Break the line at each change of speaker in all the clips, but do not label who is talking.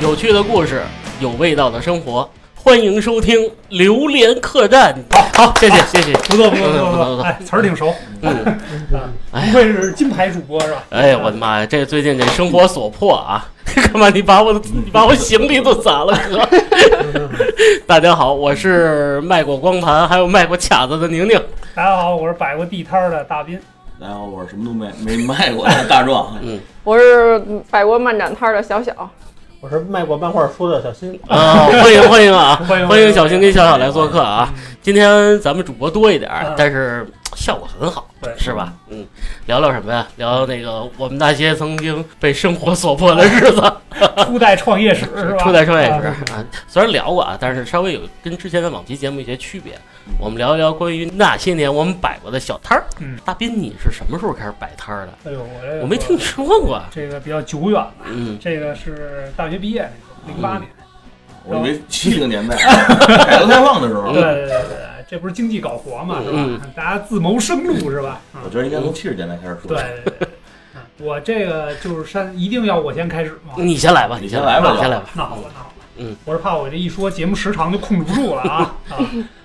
有趣的故事，有味道的生活，欢迎收听《榴莲客栈》。好，谢谢，谢谢。
不错不错
不错
错
不
不
错不错
哎，词儿挺熟，
嗯，哎
不愧是金牌主播是吧？
哎呀，我的妈呀，这最近这生活所迫啊！ 干嘛？你把我的，你把我行李都砸了，哥。大家好，我是卖过光盘还有卖过卡子的宁宁。
大家好，我是摆过地摊儿的大斌。
大家好，我是什么都没没卖过的大壮。
嗯
我是百国漫展摊儿的小小，
我是卖过漫画书的小新，
啊，欢 迎欢迎啊！
欢迎
欢迎小新跟小小来做客啊！今天咱们主播多一点儿
嗯，
但是效果很好，
对
是吧？嗯，聊聊什么呀？聊那个我们那些曾经被生活所迫的日子，
初代创业史 是吧？
初代创业
啊
史啊。虽然聊过啊，但是稍微有跟之前的往期节目一些区别。我们聊一聊关于那些年我们摆过的小摊儿。
嗯
大斌，你是什么时候开始摆摊儿的？
哎呦，我这个
我没听说过。啊
这个比较久远了，
嗯，
这个是大学毕业那时候，零八年。
我以为七零年代改革开放的时候，
对对对对，这不是经济搞活嘛，是
嗯
吧？大家自谋生路是吧？啊
我，觉得应该从七十年代开始说。
对，对对对。嗯我这个就是山，一定要我先开始吗？
你先来吧，
你
先
先来吧
吧，嗯你先来吧。
那好吧，那好吧，
嗯，
我是怕我这一说节目时长就控制不住了 啊啊，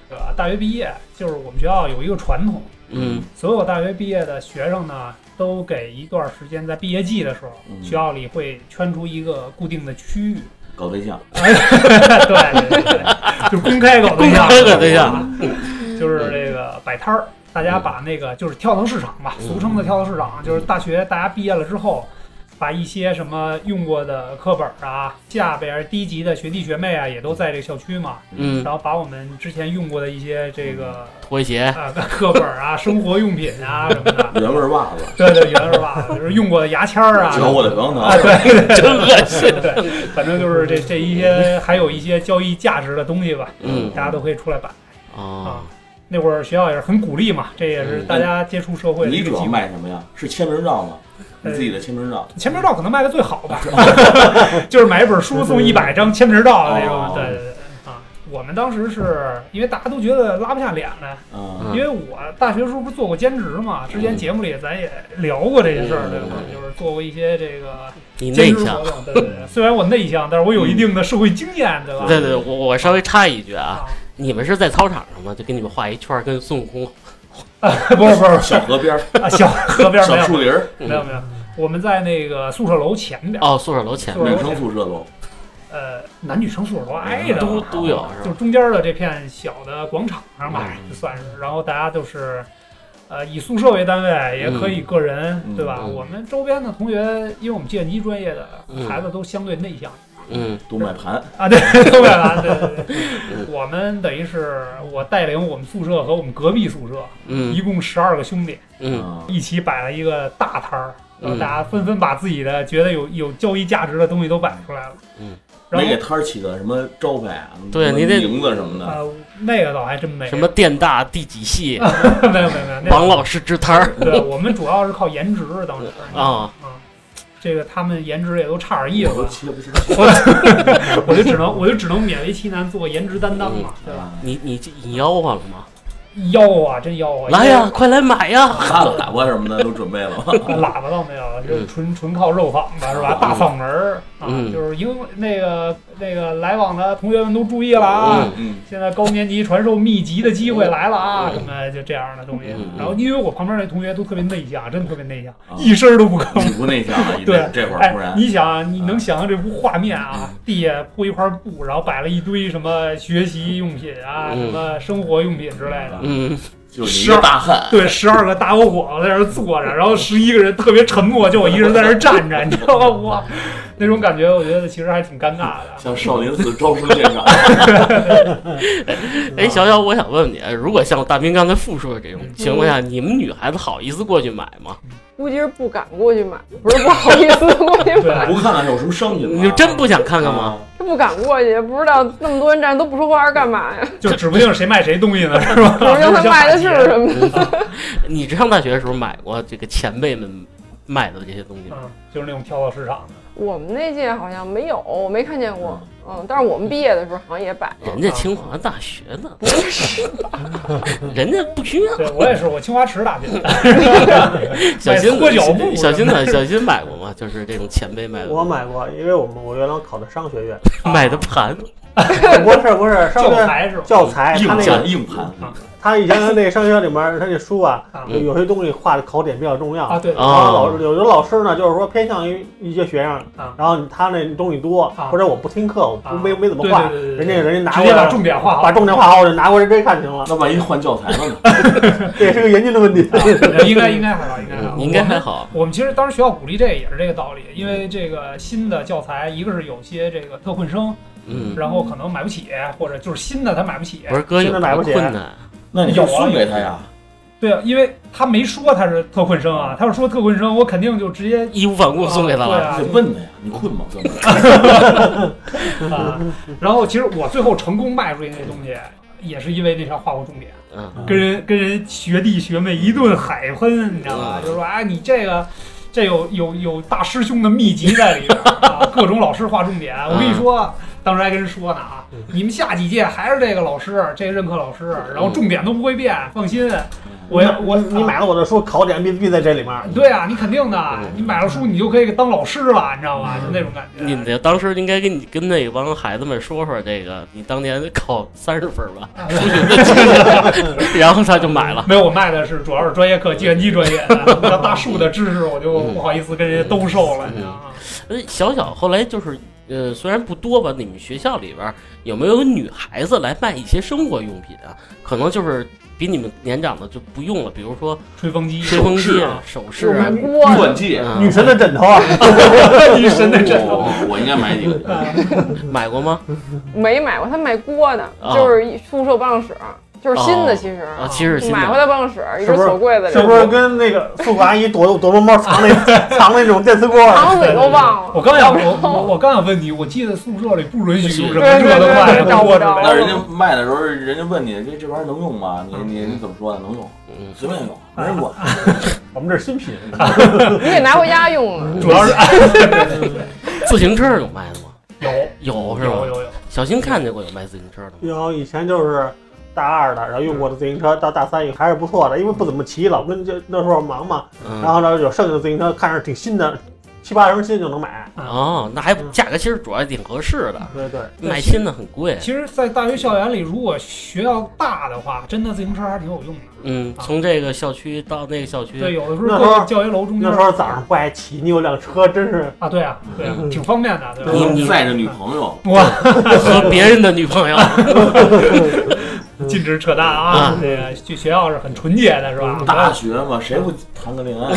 对吧？大学毕业就是我们学校有一个传统，
嗯
所有大学毕业的学生呢，都给一段时间在毕业季的时候，
嗯
学校里会圈出一个固定的区 域，
搞对象，
哎，对对对对，就是公开搞对象，
公开搞对象
啊， 就是这个摆摊儿，大家把那个就是跳蚤市场吧，
嗯
俗称的跳蚤市场，就是大学大家毕业了之后。把一些什么用过的课本啊，下边低级的学弟学妹啊，也都在这校区嘛。
嗯，
然后把我们之前用过的一些这个
拖 鞋，
啊、课本啊、生活用品啊什么的，
原味袜子，
对对，原味袜子，就是用过的牙签儿啊，
嚼我的口香
啊，
糖，
对对对
真恶心。
对对，反正就是这这一些，还有一些交易价值的东西吧，
嗯
大家都可以出来摆
哦
啊。。那会儿学校也是很鼓励嘛，这也是大家接触社会的
你
一个哎
嗯主要
机会。
卖什么呀？是签名照吗？你自己的签名照，
签名照可能卖的最好 吧， 就是买一本书送一百张签名照那种
哦。
对对对啊，我们当时是因为大家都觉得拉不下脸来，
嗯，
嗯
因为我大学时候不是做过兼职嘛，之前节目里咱也聊过这些事
嗯
儿，对吧？就是做过一些这个
你内
兼职
向
活，动，对 对对。虽然我内向，但是我有一定的社会经验，对吧？
对对，我我稍微插一句啊，
啊，
你们是在操场上吗？就给你们画一圈儿，跟孙悟空。
不是不是
小河边儿，
啊，小河边没
小树
有
林儿，
没有没有，我们在那个宿舍楼前边，
哦，宿舍楼前面
对
女生宿舍楼，
呃，男女生宿舍楼挨着，
哎
啊
都都有是
就
吧？
中间的这片小的广场上吧，
嗯
就算是。然后大家都是，呃，以宿舍为单位，也可以个人，
嗯
对吧？
嗯
我们周边的同学，因为我们计算机专业的
嗯
孩子都相对内向、
嗯
都卖盘，
啊，对，都外来，对对对
嗯。
我们等于是我带领我们宿舍和我们隔壁宿舍，一
嗯
共十二个兄弟，
嗯
嗯，
一起摆了一个大摊儿，然后
嗯
大家纷纷把自己的觉得有有交易价值的东西都摆出来了。
嗯，
然
没
后
给摊儿起个什么招牌啊，
对
什么
你得
名字什么的，
呃，那个倒还真没有
什么电大第几系，
没有没有没有，那
王老师支摊儿
对，我们主要是靠颜值当时
啊，
啊，这个他们颜值也都差点意
我
思
都
了，
切不下
我就只能我就只能勉为其难做颜值担当嘛，
嗯
对吧？
去，
你你你吆喝了吗？
吆啊，真吆啊！
来呀，快来买呀！
哈喇叭什么的都准 备了吗？
因为！喇叭倒没 有，就是纯纯靠肉嗓子是吧？大嗓门儿啊
嗯，
就是英那个那个来往的同学们都注意了啊！
嗯
嗯，
现在高年级传授秘籍的机会来了啊，什么就这样的东西啊
嗯嗯。
然后因为我旁边那同学都特别内向，真的特别内向，
啊
一声儿都不吭。
你不内向了，你
对
这这会儿
哎
突，然，嗯
你想啊，你能想象这幅画面啊？地下铺一块布，然后摆了一堆什么学习用品啊，
嗯
什么生活用品之类
嗯
的。
啊就是你一个大汉，
对，十二个大小伙子在那儿坐着，然后十一个人特别沉默，就我一人在那儿站着，你知道吗？
嗯
我那种感觉，我觉得其实还挺尴尬的。
像少林寺招生现场，
哎，小小，我想问问你，如果像大兵刚才复述的这种情况下，
嗯
你们女孩子好意思过去买吗？
估计是不敢过去买，不是不好意思过去买，
不看看有什么商品吗？
你就真不想看看吗？
啊？
是不敢过去，不知道那么多人站着都不说话是干嘛 呀？
就指不定谁卖谁东 西呢，是吧？
不知道他卖的是
就是像
什么。
你上大学的时候买过这个前辈们卖的这些东西吗？
嗯嗯，就是那种跳蚤市场的。
我们那届好像没有，我没看见过。嗯，但是我们毕业的时候好像也摆，
人
啊
家清华大学呢， 人家不需要。
对我也是，我清华池大学的，
小新
买搓脚布
小新呢？小新买过吗？就是这种前辈买过
我
吗，
买过，因为我们我原来考的商学院，
买的盘，
不是不是商
教
学院
材是吧？
教材，
硬
他那
盘
个
硬盘，
他以前的那商学院里面，他那书啊，
啊
有有些东西画的考点比较重要
啊，，对，
然后老
哦
师有的老师呢，就是说偏向于一些学生
啊，
然后他那东西多
啊，
或者我不听课，我
啊
不没没怎么
对
画，
对对对
人家
对
人家拿
直
过
接把
来
重点画好，
把重点画好，我就拿过来直接看 就行了，
那万一换教材 了呢？
这也是个严峻的问题。
啊 应该应该还好，应该还好，
嗯应该
我们
还好。
我们其实当时学校鼓励这个也是这个道理，因为这个新的教材，一个是有些这个特混生，
嗯，
然后可能买不起，或者就是新的他买不起
不。是哥有
现在买
多
不起
困难，
那你就送给他呀，
对啊，因为他没说他是特混生啊，他要说特混生，我肯定就直接
义无反顾送给他
对
了。
啊
你得问他呀，你困吗？哥 们儿，
啊。然后其实我最后成功卖出去那东西，也是因为那条画过重点，
嗯，
跟人跟人学弟学妹一顿海喷，你知道
嗯
吧？就是说啊，你这个。这有有有大师兄的秘籍在里边儿啊，各种老师划重点。我跟你
嗯
说，当时还跟人说呢啊，你们下几届还是这个老师，这个任课老师，
嗯
然后重点都不会变，放心。我要我
你买了我的书，考点必必在这里面。
对啊，你肯定的
嗯，
你买了书你就可以当老师了，你知道吧？就那种感觉。
你得当时应该跟你跟那帮孩子们说说这个，你当年考三十分 吧，数学的知识，然后他就买了。
啊没有，我卖的是主要是专业课，计算机专业 的，那大数的知识我就
嗯
不好意思跟人家兜售了，你知道吗？
呃，小小后来就是，呃，虽然不多吧，你们学校里边儿有没有女孩子来卖一些生活用品啊？可能就是比你们年长的就不用了，比如说
吹风机，
吹风
首
机
饰
啊
啊、
首饰
有
啊。
卖锅的，
钻 戒，
嗯哦
女神的枕头啊，
女神的枕头。
我我应该买 几个。
哎买过吗？
没买过，他卖锅的
啊，
就是一宿舍办公室，就是新的其实
啊，其实新
买回
的。
来办公室，一
是
直
不是
锁柜子
是
里，
不是跟那个宿管阿姨躲躲猫猫藏那藏那种电磁锅？啊
房子里都忘
我
了。
刚想我我我刚想问你，我记得宿舍里不允许有什么
对对
这的
对
快
对
的
找不
锅之
着
类
那
的。
人家卖的时候，人家问你这这玩意儿能用吗？你你你怎么说呢？能用，
嗯，
随便用，没人管。
我们这是新 品，
你得拿回家用了。
主要是
自行车有卖的吗？ 有
有
哦是
有
吗？
有有，
小新看见过有卖自行车的吗？
然后以前就是大二的，然后用过的自行车，到大三也还是不错的，因为不怎么骑，老跟这那时候忙嘛，然
嗯，
啊
后呢有剩下的自行车，看着挺新的，七八成新就能买。
哦，那还价格其实主要挺合适的，
对对，
对
买新的很贵。
其实，在大学校园里，如果学校大的话，真的自行车还挺有用的。
嗯，从这个校区到那个校
对，
区，
有的时
那
候
时候
各教学楼中间
那时候早上不爱骑，你有辆车真是
啊，对啊，对啊
嗯，
挺方便的，对
你
吧？
你
载着女朋
嗯
友，
哇，
和别人的女朋友，
禁止扯淡
啊
啊！这个学学校是很纯洁的，是吧？
大学嘛，谁不谈个恋爱？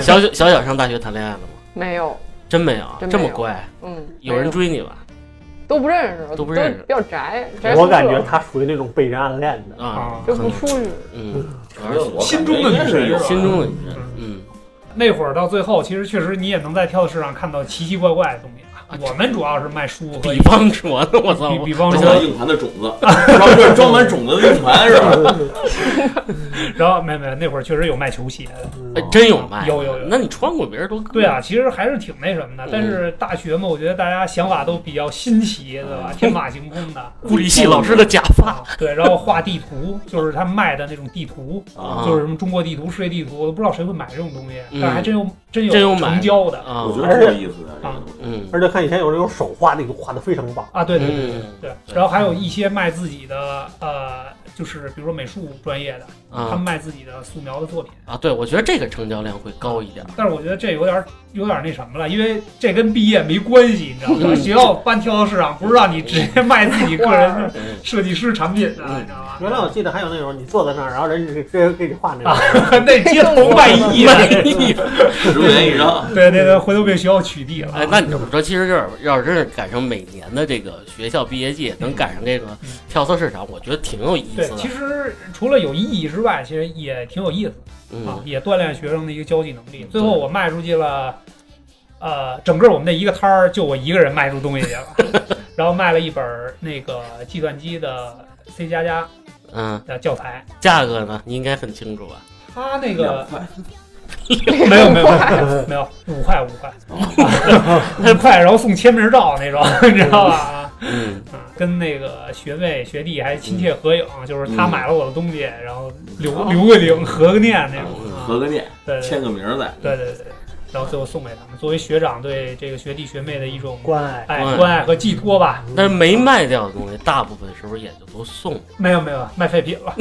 小小小小上大学谈恋爱了吗？
没有，
真没有，啊
真没
这
有
么乖，
嗯，
有人追你吧？
都不认识，
都不认识
比较宅，宅
我
宿舍
感觉他属于那种被人暗恋 的，
啊
啊，
就不出去。
嗯，
心中的女神是吧
心中的女人，嗯，
那会儿到最后，其实确实你也能在跳蚤市场看到奇奇怪怪的东西啊。我们主要是卖书和
比方说呢，我操，
比比方
我
装
现在
说
满硬盘的种 子，装这装满种子的硬盘是吧？
嗯
然后没有没有，那会儿确实有卖球鞋的。
哎真有卖，
有有有
那你穿过别人都
对啊，，其实还是挺那什么的
嗯。
但是大学嘛，我觉得大家想法都比较新奇，对
嗯
吧？天马行空 的。
物理系老师的假发，
啊，对，然后画地图，就是他卖的那种地图，
啊
就是什么中国地图、世界地图，我都不知道谁会买这种东西，
嗯
但是还真有真
真有买
成交的
啊，
我觉得挺有意思的。这个
嗯
而且看以前有那种手画那个画的非常棒，
啊，对对对
嗯
对，然后还有一些卖自己的呃，就是比如说美术专业的，他们
啊
卖自己的素描的作品。
啊，对，我觉得这个成交量会高一点，
但是我觉得这有点儿有点儿那什么了，因为这跟毕业没关系，你知道吗？
嗯
学校办跳蚤市场不是让你直接卖自己个人的
嗯
设计师产品的，啊
嗯
你知道吗？
原来我记得还有那种你坐在那儿，然后人家给直接给你画那
啊
种。
那街头卖艺啊
卖
的，
艺，
十块钱一张，
对对对，回头被学校取缔了。啊
哎，那你这么说，其实就是要是真是赶上每年的这个学校毕业季，能赶上这个跳蚤市场，我觉得挺有意
嗯对
思，
其
的，
实除了有意义之外，其实也挺有意思的
嗯，
啊也锻炼学生的一个交际能力。最后我卖出去了，呃，整个我们那一个摊儿就我一个人卖出东西去了， 然后卖了一本儿那个计算机的 C 加加
嗯，
的教材，
价格呢，你应该很清楚吧？
它那
两
个
块，
没有没有没有，五块五块， 五块，然后送签名照那种，你知道吧？啊
嗯，
啊，跟那个学妹学弟还亲切合影，就是他买了我的东西，然后留留个影，合个念那种。啊
合个念，
对对
嗯签个名儿再。
对对对，然后最后送给他们，作为学长对这个学弟学妹的一种
关爱。
爱关爱和寄托吧。
但是没卖掉的东西，大部分是不是也就都送？
没有没有，卖废品了。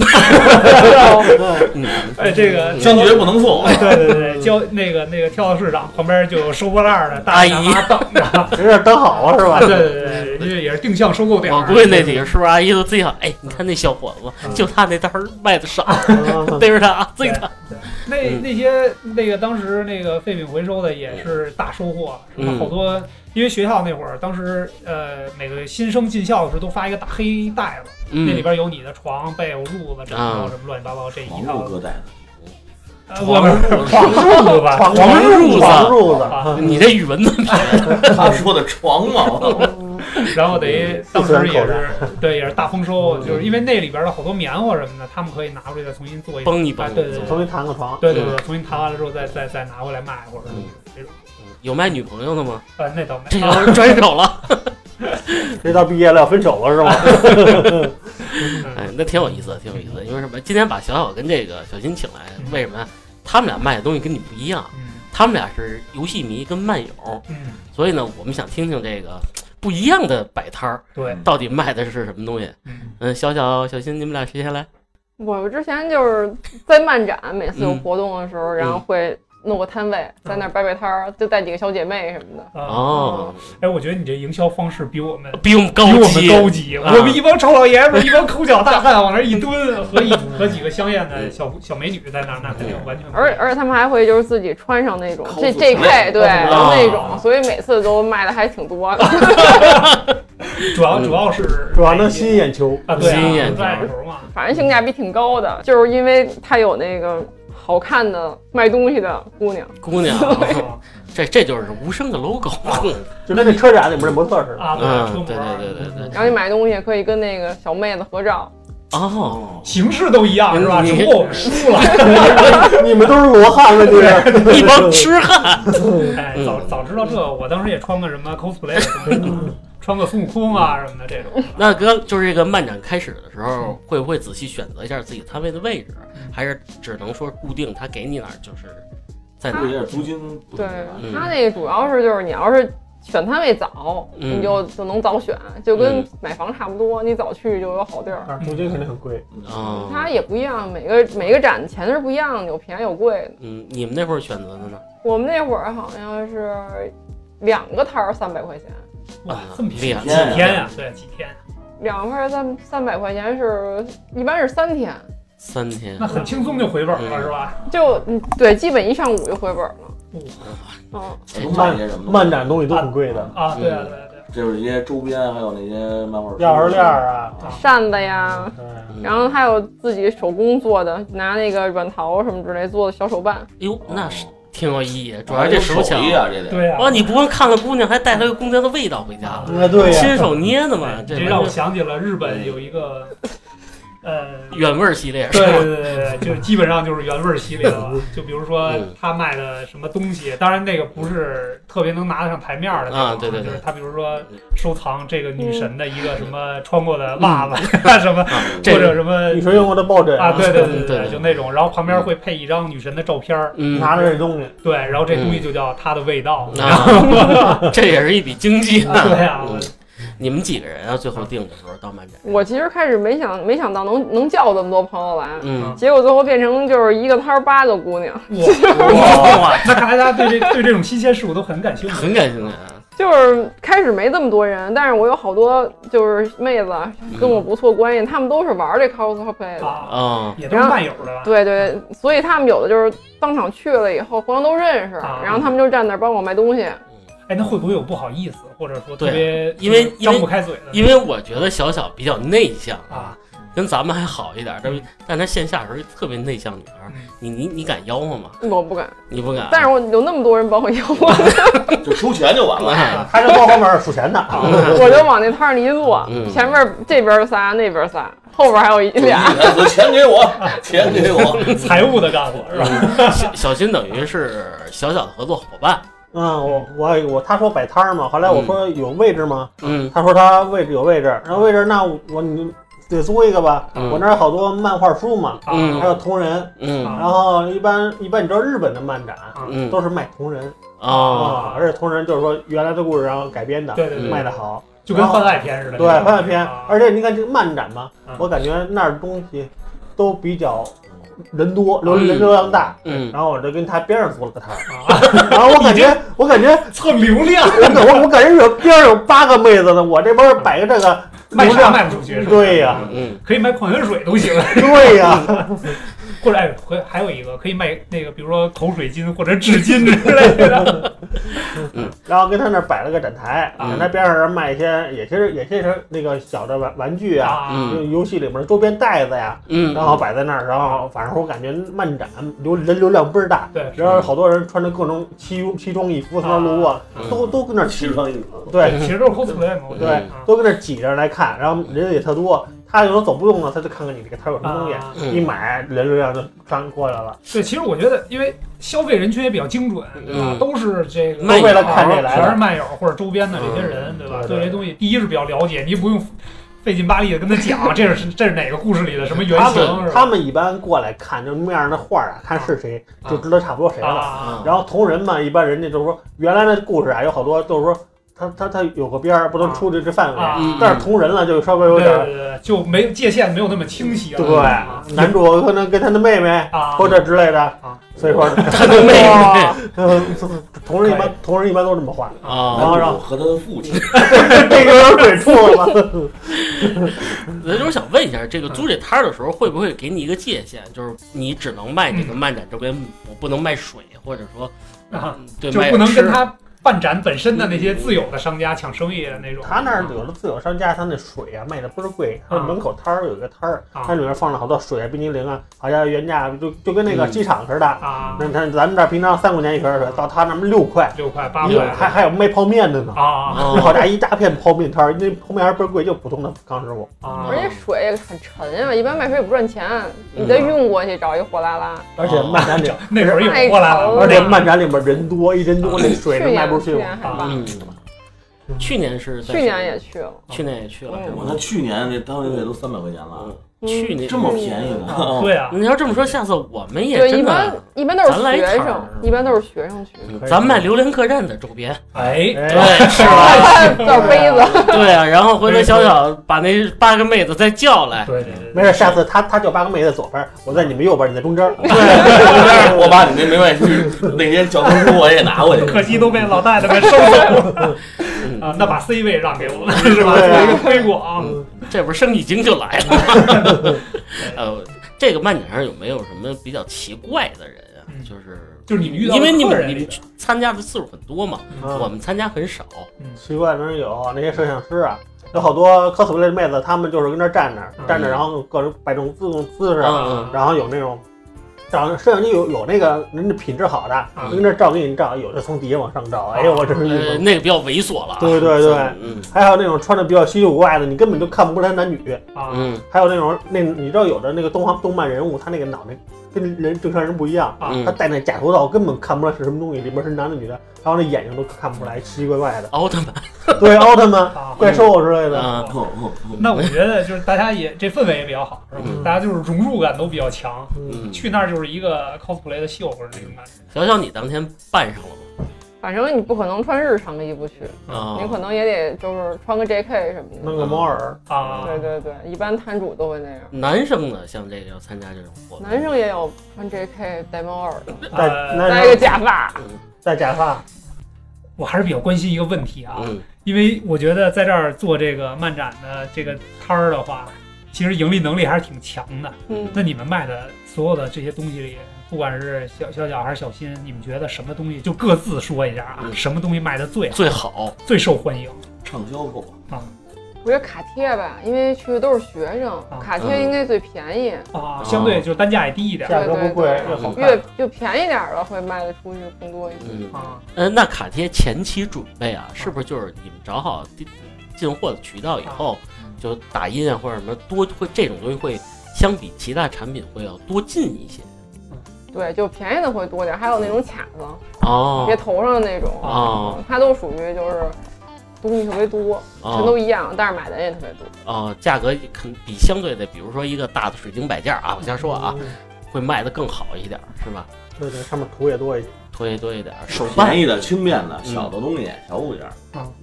嗯，
哎，这个
坚决不能送，
哎
对对对， 交那个那个跳蚤市场旁边就有收破烂儿的大爷大妈等着。
有点当好啊，是吧
啊，？对对对对，因为也是定向收购点儿。
我估计那几个是不是阿姨都自己想，哎，你看那小伙
嗯
子，就他那单儿卖的少，
嗯
逮着他，自己他，
那那些那个当时那个废品回收的也是大收获，什么
嗯
好多，因为学校那会儿，当时呃每个新生进校的时候都发一个大黑袋子，那里
嗯，
边有你的床、被褥、褥子、枕头
啊
什么乱七八糟这
黄
一
肉
套。
疙瘩，
呃不是床褥子吧？
床
床褥子
床褥子
啊
嗯
你这语文怎么
他说的床嘛，
然后等于当时也是对，也是大丰收，就是因为那里边的好多棉花什么的，他们可以拿回来再重新做一
帮你
啊
帮你
对对
做？
重新弹个床，
对对对，重新弹完了之后再再再拿回来卖或者是这种。
有卖女朋友的 吗？
呃，那倒没
这
有。
要是转手了，
这到毕业了要分手了是吧？
嗯
哎，那挺有意思的，挺有意思的。因为什么？今天把小小跟这个小新请来，为什么呀？他们俩卖的东西跟你不一样，
嗯
他们俩是游戏迷跟漫友，
嗯，
所以呢，我们想听听这个不一样的摆摊儿
对，
到底卖的是什么东西。
嗯
嗯，小小、小新，你们俩谁先来？
我之前就是在漫展，每次有
嗯
活动的时候，然后会弄个摊位，在
嗯
那儿摆摆摊儿，就带几个小姐妹什么的。
啊，
哦，
哎，我觉得你这营销方式比我们
比我们
比
高
我们
级，
高级，
啊
我们一帮臭老爷 们儿，一帮抠脚大汉往那儿一蹲，和一和几个香艳的小小美女在那儿，那肯定完全不一样。
而而且他们还会就是自己穿上那种 J
口子
J
之类
K
的
对，
啊
然后那种，所以每次都卖的还挺多的。
主要
嗯
主要是
主要能吸引眼球。
啊，对
吸引眼
啊，
球
在眼球嘛，
反正性价比挺高的，就是因为它有那个好看的卖东西的姑娘。
姑 娘，
啊
这这就是无声的 logo。哦
就跟那车展里面那模特似的。
啊，
嗯
车模，
对对对对对
然后你买东西可以跟那个小妹子合照，
哦，
形式都一样是吧？
嗯你
只不过我们输了。
你们都是罗汉了，这是。
一帮 痴汉。
哎，
嗯
早早知道这，我当时也穿个什么 cosplay 什 么的，穿个孙悟空啊什么的这
嗯
种。
那哥，就是这个漫展开始的时候，会不会仔细选择一下自己摊位的位置，还是只能说固定他给你哪儿就是在哪
这有
儿？
点租金不
对
合
嗯
它那个主要是就是你要是选摊位早，
嗯
你就就能早选，就跟
嗯
买房差不多，你早去就有好地儿。
租金肯定很贵，
适
嗯
哦，
它也不一样，每个每个展钱是不一样的，有便宜有贵的。
嗯，你们那会儿选择的呢？
我们那会儿好像是两个摊儿三百块钱，
哇，这么便宜，
啊
几
厉害
天呀？对，几天，
两块三三百块钱是一般是三天，
三天
那，很轻松就回本了
嗯
是吧？
就嗯对，基本一上午就回本了。嗯，
合。能买些什么呢
漫展东西都很贵的，
啊，对啊，对啊，
嗯
对啊。
这有一些周边，还有那些漫画书
钥匙链儿啊，
扇子呀，
嗯
嗯
然后还有自己手工做的，拿那个软陶什么之类做的小手办。
哎呦，那是挺有意义，主
主
要
要是
这
手
哎手巧。
艺啊，这得
对呀、
哇，你不光看了姑娘，还带了个姑娘的味道回家
啊
了，
哎对呀，
亲手捏的嘛，
这
这
让
完
我
全
想起了日本有一个， 呃，
原味儿系列是
对
吧？
对对对，对就是基本上就是原味儿系列了。就比如说
嗯
他卖的什么东西，当然那个不是特别能拿得上台面儿的那种
啊对对对
就是他比如说收藏这个女神的一个什么穿过的袜子、什么，
啊
或者
嗯 这
什么
你说用过的抱枕
啊，对对对
对
对，
对
就那种，然后旁边会配一张女神的照片儿，
嗯，
拿着这东西，
对，然后这东西就叫她的味道。
啊，这也是一笔经济啊。
对啊，
嗯你们几个人啊？最后定的时候到漫展，
我其实开始没想没想到能能叫这么多朋友来，
嗯，
结果最后变成就是一个摊儿八个姑娘，
哇，
啊
哇，
那看来大家对这对这种新鲜事物都很感兴趣。
很感兴趣啊。
就是开始没这么多人，但是我有好多就是妹子跟我不错关系，她们都是玩这 cosplay 的。
啊，
啊，
也都是漫友的吧？
对对，所以她们有的就是当场去了以后，互相都认识，
啊
然后她们就站那儿帮我卖东西。
哎，那会不会有不好意思，或者说特
对
别
因为因为
张不开嘴的
因为我觉得小小比较内向啊，
啊？
跟咱们还好一点，但是但她线下时候就特别内向女孩，你你你敢吆喝吗？
我不敢，
你不敢。
但是我有那么多人 帮我吆喝，
就收钱就 完了。
哎
还是多方面数钱的啊。
我就往那摊儿上一坐
嗯，
前面这边仨，那边仨，后边还有一
就一
俩。
男子钱给我，钱给我，
财务的干活是吧？
小小新等于是小小的合作伙伴，
嗯，我我我，他说摆摊儿嘛，后来我说有位置吗？
嗯
他说他位置有位置，然后位置那我我你得租一个吧，
嗯
我那儿有好多漫画书嘛，还
啊
嗯
有同人，
嗯
然后一般一般你知道日本的漫展
啊
嗯
啊都是卖同人
哦，
啊，而且同人就是说原来的故事然后改编的，
对对对，
卖的好，
就跟番外篇似的。
对
那种
番外篇
啊，
而且你看这个漫展嘛
嗯，
我感觉那儿东西都比较人
哎
多，流
嗯
人流量大。
嗯
然后我就跟他边上租了 个摊儿，
啊
然后我感觉，我感觉，
蹭 流量，
我感我我感觉有边上有八个妹子呢，我这边儿摆个这个
卖
流
啥
量，
卖不出去是吧？
对呀
嗯
可以卖矿泉水都行，
对呀、
嗯或者哎，还还有一个可以卖那个，比如说口水巾或者纸巾之类的。
然后跟他那儿摆了个展台，
嗯
展台边上人卖一些，也其实也些是那个小的玩玩具啊，
啊
嗯，
就游戏里面的周边袋子呀，
嗯，
然后摆在那儿，然后反正我感觉漫展流人流量倍儿大，
对，
然后好多人穿着各种奇奇装异服从那儿路过，
嗯
都都跟那儿
奇
挤，
装异服。
对
其实都是 cosplay 嘛，我觉得啊
对，都跟那儿挤着来看，然后人也特多，他有时候走不动了，他就看看你这个摊儿有什么东西。
啊，
嗯
一买人流量就上过来了，
对，其实我觉得，因为消费人群也比较精准，对吧？
嗯
都是这个
漫
都为了
友嗯
看这来
全是
的，
漫友或者周边的这些人，对吧？
对对
对这些东西，第一是比较了解，你不用费劲巴力的跟他讲这是这是哪个故事里的什么原
他
型，
们
是
他
吧？
们一般过来看就面上的画儿啊，看是谁
啊
就知道差不多谁了。
嗯
啊，
然后同人嘛，一般人家就是说原来的故事啊，有好多就是说他他他有个边儿不能出这这范围，
啊
嗯
但是同人了就稍微有
对
点
对
儿
对，对就没界限没有那么清晰了
对
啊
男主可能跟他的妹妹
啊，
或者之类的
啊，
所以说
他的妹
哇
妹
嗯同人一般
可
同人一般都这么画，
啊，
然后让
我和他的父亲，
这个有点鬼畜了吧？
那就是想问一下，这
嗯
个租这摊儿的时候会不会给你一个界限，就是你只能卖
嗯
这个漫展周边，我不能卖水，或者说嗯
啊，
对，
就
卖
不能
吃
跟他办展本身的那些自有的商家抢生意的那种。
他那儿有的自有商家，他那水啊卖的倍儿贵，他
啊
门口摊儿有一个摊儿，
啊
它里面放了好多水啊、冰激凌啊，好像原价就就跟那个
嗯
机场似的。
啊，
那他咱们这儿平常三块钱一瓶儿水，到他那儿六块，
六块八
你
块
还还有卖泡面的呢。
啊
哦
那好家伙，一大片泡面摊儿，那泡面还倍儿贵，就普通的康师傅。
啊
而且水也很沉啊，一般卖水也不赚钱，你再运过去找一货拉拉，
而且漫展里，
那会儿有过来了，
啊而且漫展里面人多，一人多那水
去
能卖
年
不出
去
去
年
吗？
还办，
嗯，去年是在
去年也去了，
去年也去
哦
了，是
我
吗
那去年那单位费都三百块钱了，
嗯
去年
这么便宜呢？
对啊，
你要这么说，下次我们也
对，一
真
般
的，
一般都是
咱来一
学
场
生
儿，
一般都是学生去，
嗯咱卖榴莲客栈的周边，
哎，
哎，
是吧？
造杯 子，
对啊，然后回头小小把那八个妹子再叫来，
对对对，
没事，下次他他叫八个妹在左边，我在你们右边，你在中间。
嗯
我把你那没卖出去，那些小红书我也拿回去。
可惜都被老太太们收走 了啊，那把 C 位让给我们是吧？
对
做
啊
一个推广，
哦这不是生意经就来了吗？ 呃，这个漫展上有没有什么比较奇怪的人啊？
嗯
就是
就是你们遇到的
因为你
客
们
人
你
里
们
边
参加的次数很多嘛，我
嗯，
们参加很少。
奇怪的人有那些摄像师啊，有好多 cosplay 的妹子，她们就是跟那儿站着
嗯
站着，然后各种摆种各种姿势，啊
嗯
然后有那种。长摄像机有有那个人的品质好的，
嗯哦
跟那儿照给你照，有的从底下往上照，哎呦我真是郁
呃，
闷。
那个比较猥琐了啊。
对对对
嗯
哎
还有那种穿的比较稀奇古怪的，你根本就看不出来男女。
啊
嗯
还有那种那你知道有的那个动画动漫人物，他那个脑袋跟人正常人不一样，
嗯
啊
他戴那假头套根本看不出来是什么东西，里面是男的女的，然后那眼睛都看不出来，奇奇 怪怪的。
奥特曼，
对，奥特曼、
啊，
怪兽之类的，
嗯
那我觉得就是大家也这氛围也比较好，是吧？
嗯
大家就是融入感都比较强，
嗯，
嗯，
去那儿就是一个 cosplay 的秀或者那种感觉。
小小，你当天扮上了吗？
反正你不可能穿日常的衣服去，
嗯
你可
啊，
能也得就是穿个 JK 什么
弄
的。
个猫耳，
啊，
对
嗯
对对，一般摊主都会那样。
男生呢，像这个要参加这种活动，
男生也有穿 JK 戴猫耳的，
戴
呃
男
戴个
生
假发，
嗯
戴假发，
我还是比较关心一个问题啊，
嗯
因为我觉得在这儿做这个漫展的这个摊儿的话，其实盈利能力还是挺强的。
嗯，
那你们卖的所有的这些东西里，不管是小小小还是小新，你们觉得什么东西就各自说一下啊，
嗯
什么东西卖的最好、
最好
最受欢迎
畅销购
啊？
我觉得卡贴吧，因为去的都是学生
啊，
卡贴应该最便宜，
哦
啊，相对就是单价也低一点
价格不贵
对对
又好看
越。就便宜点儿的会卖得出去更多一些。
嗯，
啊。
呃，那卡贴前期准备啊，是不是就是你们找好进进货的渠道以后，就打印啊或者什么多会这种东西会相比其他产品会要多进一些
对，就便宜的会多点儿，还有那种卡子，
哦
别头上的那种，
哦
嗯它都属于就是东西特别多，全
哦
都一样，但是买的人也特别多。
哦，价格肯比相对的，比如说一个大的水晶摆件啊，我瞎说啊，
嗯，
会卖得更好一点，是吧？
对对，上面图也多一些，
多一多一点，手办
便宜的、轻便的、小的东西、小物件儿，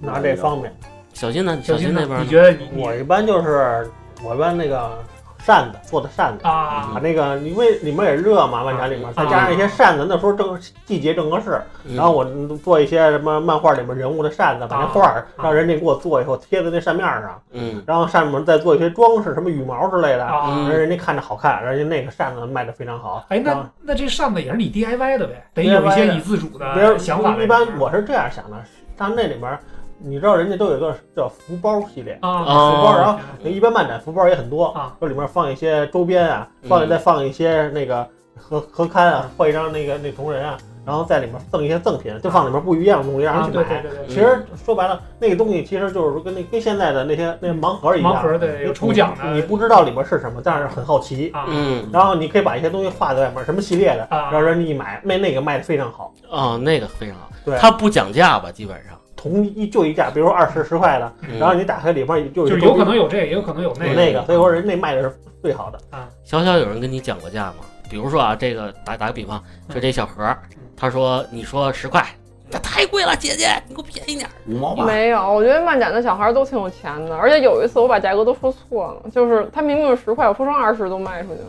拿这方便。
小心呢，你
小
小
心
心
呢
那边
你觉得你
我
你
一般就是我一般那个扇子做的扇子，
啊
嗯
把那个因为里面也热嘛，漫展里面，再加上一些扇子，那时候正季节正合适，
嗯
然后我做一些什么漫画里面人物的扇子，把那画儿让人家给我做以后贴在那扇面上，
嗯
然后上面再做一些装饰，什么羽毛之类的，
啊，
嗯
让人家看着好看，人家那个扇子卖的非常好。
哎，
然后
那那这扇子也是你 DIY 的呗，得有一些你自主
别人
的嗯哎想法呗。啊
一般我是这样想的，但那里面你知道人家都有一个叫福包系列，
啊，
哦
包然后一般漫展福包也很多
嗯啊，
这里面放一些周边啊，
嗯
放再放一些那个合合刊啊，画一张那个那同人啊，然后在里面赠一些赠品，就放里面不一样的东西让
啊，
人去
对对
买。
对
其实说白了，那个东西其实就是说跟那跟现在的那些那盲盒
对，
一
盲
样，
盒的有抽奖的，
你不知道里面是什么，但是很好奇。
啊
嗯
然后你可以把一些东西画在外面，什么系列的，
啊
然后人家一买，卖那个卖的非常好，
哦，那个非常好
对，
它不讲价吧，基本上，
同一就一价，比如说二十十块的，
嗯
然后你打开里面就
就是有可能有这个，也有可能有那
有
个啊
那个，所以说人那卖的是最好的。
小小有人跟你讲过价吗？比如说啊，这个打打个比方，
嗯
就这小盒儿，他说你说十块，那太贵了，姐姐，你给我便宜点儿。
五毛八。
没有，我觉得漫展的小孩都挺有钱的，而且有一次我把价格都说错了，就是他明明是十块，我说成二十都卖出去了。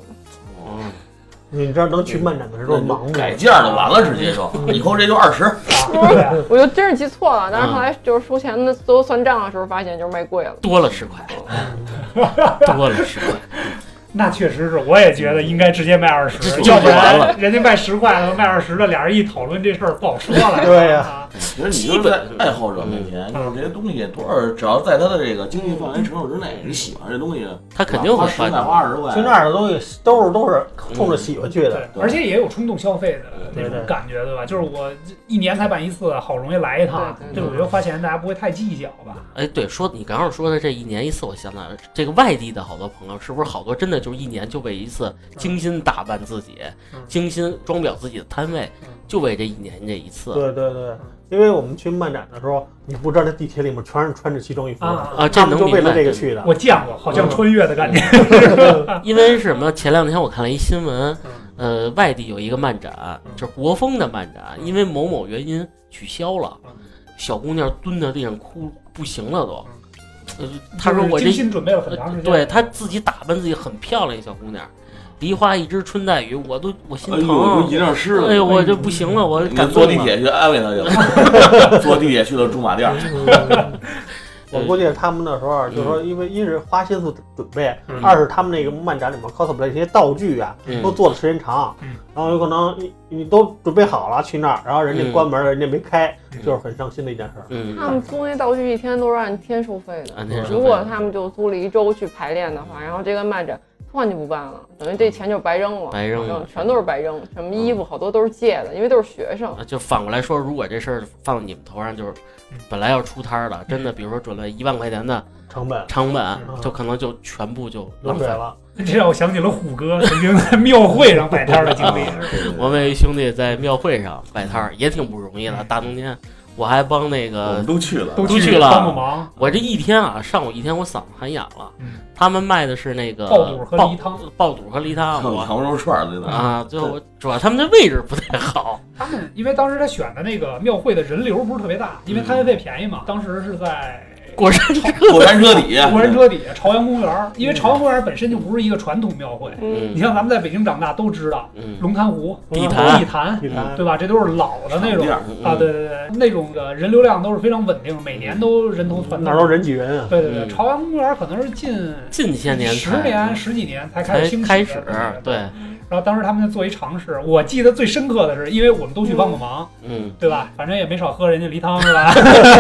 哦，
你知道能去漫展的时候盲目，
改件儿就完了，直接就以后这就二十。
啊，对啊
嗯
我就真是记错了，但是后来就是收钱的最后算账的时候发现就是卖贵了。
多了十块，
哦
多了十块，
那确实是，我也觉得应该直接卖二十
这，
要不
就完
然
了
人家卖十块的，卖二十的，俩人一讨论这事儿不好说了。
对呀
啊，
其实你就是在爱好者面前，就是这些东西多少，只要在他的这个经济范围承受之内，你喜欢这东西，
他肯定
花
会
十
翻
块花。二十块，
去那儿的东西都是都是冲
嗯
着喜欢去的，
对，而且也有冲动消费的那
对
种
对
感觉，对吧？就是我这一年才办一次，好容易来一趟，
对对
这
对
我觉得花钱大家不会太计较吧？
哎，对，说你刚刚说的这一年一次，我想起来了，这个外地的好多朋友，是不是好多真的就是一年就为一次精心打扮自己
嗯，
精心装裱自己的摊位
嗯，
就为这一年这一次
对对对，因为我们去漫展的时候，你不知道这地铁里面全是穿着西装衣服的，
啊，
啊，这
他们
能
就
明白
为了这个去的。
我见过，好像穿越的感觉。
因为是什么？前两天我看了一新闻，
嗯
呃，外地有一个漫展，就是国风的漫展，因为某某原因取消了
嗯。
小姑娘蹲在地上哭，不行了都。呃，她
嗯就是
说我这呃
精，心准备了很长时间，
对她自己打扮自己很漂亮，一小姑娘，
嗯
梨花一枝春带雨，我都我心
哎呦，我都
疼。
一定湿
哎呦，
了。
我这不行了，我
你
感
坐
动
地
了。
铁去安慰他去了，坐地铁去了驻马店儿。
嗯 我估计他们那时候啊就
嗯
说，因为一是花心思准备，
嗯
二是他们那个漫展里面 cosplay 这些道具啊，
嗯
都做的时间长
嗯，
然后有可能你你都准备好了去那儿，然后人家关门了，人家没开，就是很伤心的一件事儿。
嗯，啊
他们租那道具一天都是按天收费的，
按天收费
如果他们就租了一周去排练的话，然后这个漫展突然就不办了，等于这钱就白扔了，
白扔了
嗯全都是白扔，什么衣服好多都是借的，因为都是学生。
啊就反过来说，如果这事儿放到你们头上，就是
嗯
本来要出摊儿的，真的，比如说准备一万块钱的
成本
成本
嗯，
就可能就全部就
浪
浪
费
费
了。
这让我想起了虎哥曾经在庙会上摆摊的经
嗯
历。
我们有一兄弟在庙会上摆摊儿，也挺不容易
嗯
的。大冬天，我还帮那
我们
个，
都去了，
都
都去了
帮帮忙，
我这一天啊，上午一天我嗓子喊哑了。
嗯
他们卖的是那个
爆肚和
爆
梨汤，嗯
爆肚和梨汤，
看我
我
糖肉串儿去了。
啊，最后我主要他们的位置不太 好。
他们因为当时他选的那个庙会的人流不是特别大，因为摊位费便宜嘛，当时是在
过山车，
过山车底下，
过山车底下朝阳公园儿，因为朝阳公园儿本身就不是一个传统庙会。
嗯，
你
嗯
像咱们在北京长大都知道，
嗯，
龙潭湖、
地
龙
坛
椅坛，
一般
对吧？这都是老的那种
场
嗯
啊，对对对，那种的人流量都是非常稳定，每年都人头攒动。
哪儿都人挤人啊。
对对对，
嗯
朝阳公园可能是近
近些年
十年、
才
十几年才开始
才
兴起的
开始，对，
然后当时他们就做一尝试，我记得最深刻的是，因为我们都去帮个忙，
嗯，
对吧？反正也没少喝人家梨汤，是吧？